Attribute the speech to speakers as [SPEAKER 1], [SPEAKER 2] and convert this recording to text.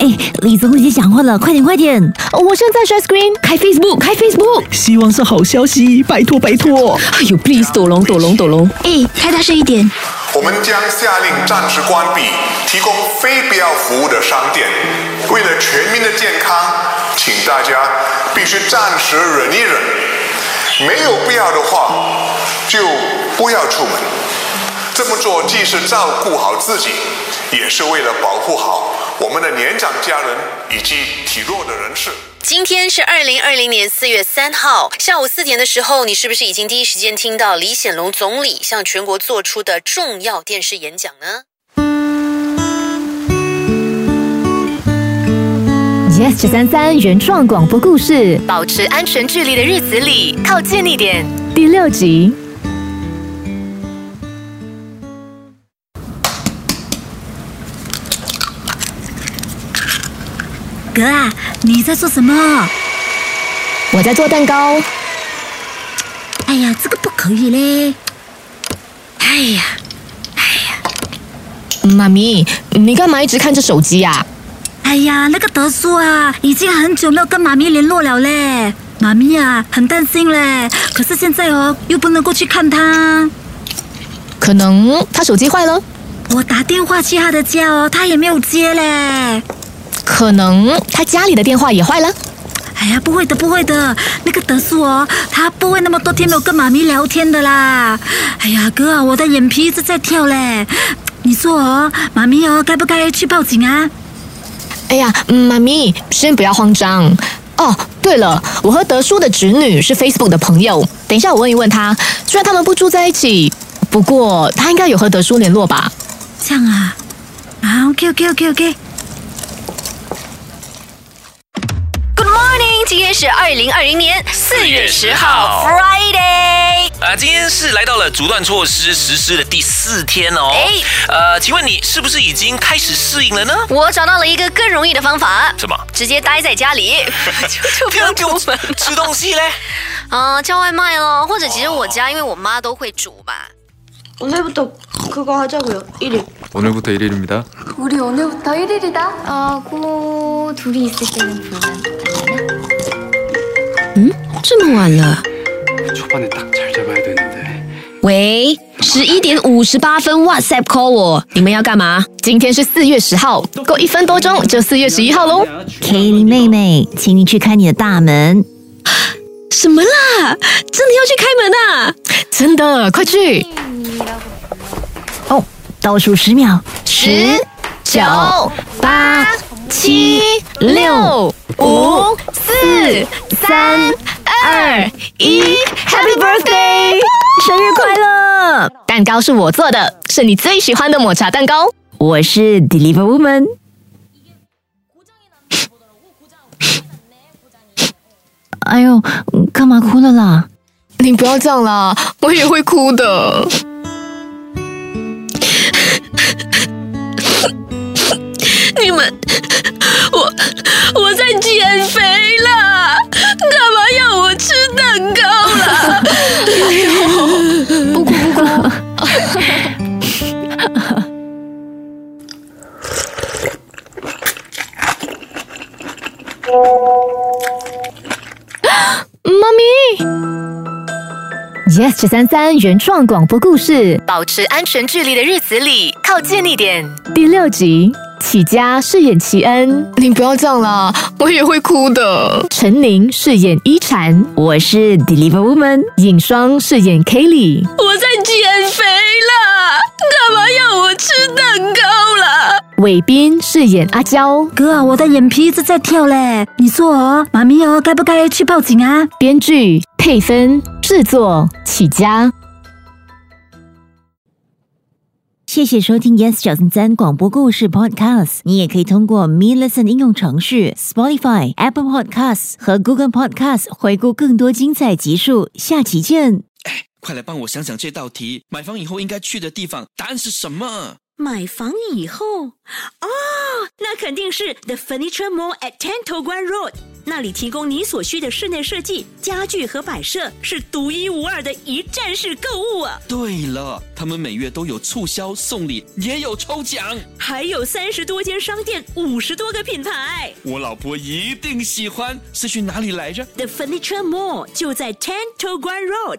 [SPEAKER 1] 哎，李总已经讲话了，快点快点！
[SPEAKER 2] 哦我正在 share screen，开 Facebook，开 Facebook。
[SPEAKER 3] 希望是好消息，拜托拜托。
[SPEAKER 2] 哎呦，please，抖龙抖龙抖龙。
[SPEAKER 1] 哎，开大声一点！
[SPEAKER 4] 我们将下令暂时关闭提供非必要服务的商店。为了全民的健康，请大家必须暂时忍一忍。没有必要的话，就不要出门。这么做既是照顾好自己，也是为了保护好我们的年长家人以及体弱的人士。
[SPEAKER 5] 今天是二零二零年四月三号下午四点的时候，你是不是已经第一时间听到李显龙总理向全国做出的重要电视演讲呢？
[SPEAKER 6] Yes 九三三原创广播故事
[SPEAKER 7] 保持安全距离的日子里，靠近一点。
[SPEAKER 6] 第六集。
[SPEAKER 1] 哥啊，你在做什么？
[SPEAKER 6] 我在做蛋糕，
[SPEAKER 1] 哎呀，这个不可以嘞！哎呀，
[SPEAKER 6] 妈咪，你干嘛一直看着手机啊呀、
[SPEAKER 1] 哎呀，那个德叔啊，已经很久没有跟妈咪联络了嘞。妈咪啊，很担心嘞。可是现在哦，又不能够去看他。
[SPEAKER 6] 可能他手机坏了，
[SPEAKER 1] 我打电话去他的家哦，他也没有接嘞。
[SPEAKER 6] 可能他家里的电话也坏了。
[SPEAKER 1] 哎呀，不会的，不会的，那个德叔哦，他不会那么多天没有跟妈咪聊天的啦。哎呀，哥啊，我的眼皮一直在跳嘞。你说哦，妈咪哦，该不该去报警啊？
[SPEAKER 6] 哎呀，嗯妈咪，先不要慌张。哦，对了，我和德叔的侄女是 Facebook 的朋友，等一下我问一问他。虽然他们不住在一起，不过他应该有和德叔联络吧？
[SPEAKER 1] 这样啊，啊，OK OK OK OK。
[SPEAKER 7] Good morning，今天是二零二零年四月十号
[SPEAKER 8] 4
[SPEAKER 7] Friday。
[SPEAKER 8] 啊，今天是来到了阻断措施实施的第四天哦。
[SPEAKER 7] 哎
[SPEAKER 8] 呃，请问你是不是已经开始适应了呢？
[SPEAKER 7] 我找到了一个更容易的方法，
[SPEAKER 8] 什么
[SPEAKER 7] 直接待在家里， 就就 不用出门了
[SPEAKER 8] 吃东西嘞？
[SPEAKER 7] 啊、叫外卖咯，或者其实我家因为我妈都会煮嘛。
[SPEAKER 9] 오늘부터 그거 하자고요. 1일.
[SPEAKER 10] 오늘부터 1일입니다.
[SPEAKER 9] 우리 오늘부터 1일이다. 하고 둘이 있을 때는 불만.
[SPEAKER 2] 这么晚了，
[SPEAKER 10] 초반에 딱 잘 잡아야 되는데.
[SPEAKER 2] 喂，十一点五十八分 WhatsApp call 我，你们要干嘛？
[SPEAKER 6] 今天是四月十号，过一分多钟就四月十一号喽。
[SPEAKER 1] Kelly 妹妹，请你去开你的大门。
[SPEAKER 2] 什么啦？真的要去开门啊？
[SPEAKER 6] 真的，快去！
[SPEAKER 1] 哦，倒数十秒，十、
[SPEAKER 6] 九、八、七、六、五、四、三、二、一，Happy Birthday！
[SPEAKER 1] 生日快乐！
[SPEAKER 6] 蛋糕是我做的，是你最喜欢的抹茶蛋糕。
[SPEAKER 1] 我是 Deliver Woman。哎呦，干嘛哭了啦？
[SPEAKER 6] 你不要这样啦，我也会哭的。
[SPEAKER 2] 你们，我我在减肥啦，干嘛要我吃蛋糕啦？
[SPEAKER 6] 妈咪，
[SPEAKER 1] Yes 九三三原创广播故事
[SPEAKER 7] 保持安全距离的日子里，靠近一点。
[SPEAKER 1] 第六集，起家饰演齐恩，
[SPEAKER 6] 你不要这样啦，我也会哭的。
[SPEAKER 1] 陈宁饰演一婵，我是 Deliver Woman，尹双饰演 Kelly。
[SPEAKER 2] 我在减肥啦，干嘛要我吃蛋糕啦？
[SPEAKER 1] 韦斌饰演阿娇，哥啊，我的眼皮一直在跳嘞。你说哦，妈咪哦，该不该去报警啊？编剧配分，制作起家。
[SPEAKER 6] 谢谢收听 Yes 小森森广播故事 Podcast。你也可以通过 Me Listen 应用程序、Spotify、Apple Podcasts 和 Google Podcasts 回顾更多精彩集数。下期见！
[SPEAKER 11] 快来帮我想想这道题，买房以后应该去的地方，答案是什么？
[SPEAKER 1] 买房以后，哦，那肯定是 The Furniture Mall at Ten t o g u a n Road。那里提供你所需的室内设计、家具和摆设，是独一无二的一站式购物啊！
[SPEAKER 11] 对了，他们每月都有促销、送礼，也有抽奖，
[SPEAKER 1] 还有三十多间商店，五十多个品牌。
[SPEAKER 11] 我老婆一定喜欢。是去哪里来着
[SPEAKER 1] ？The Furniture Mall 就在 Ten t o g u a n Road。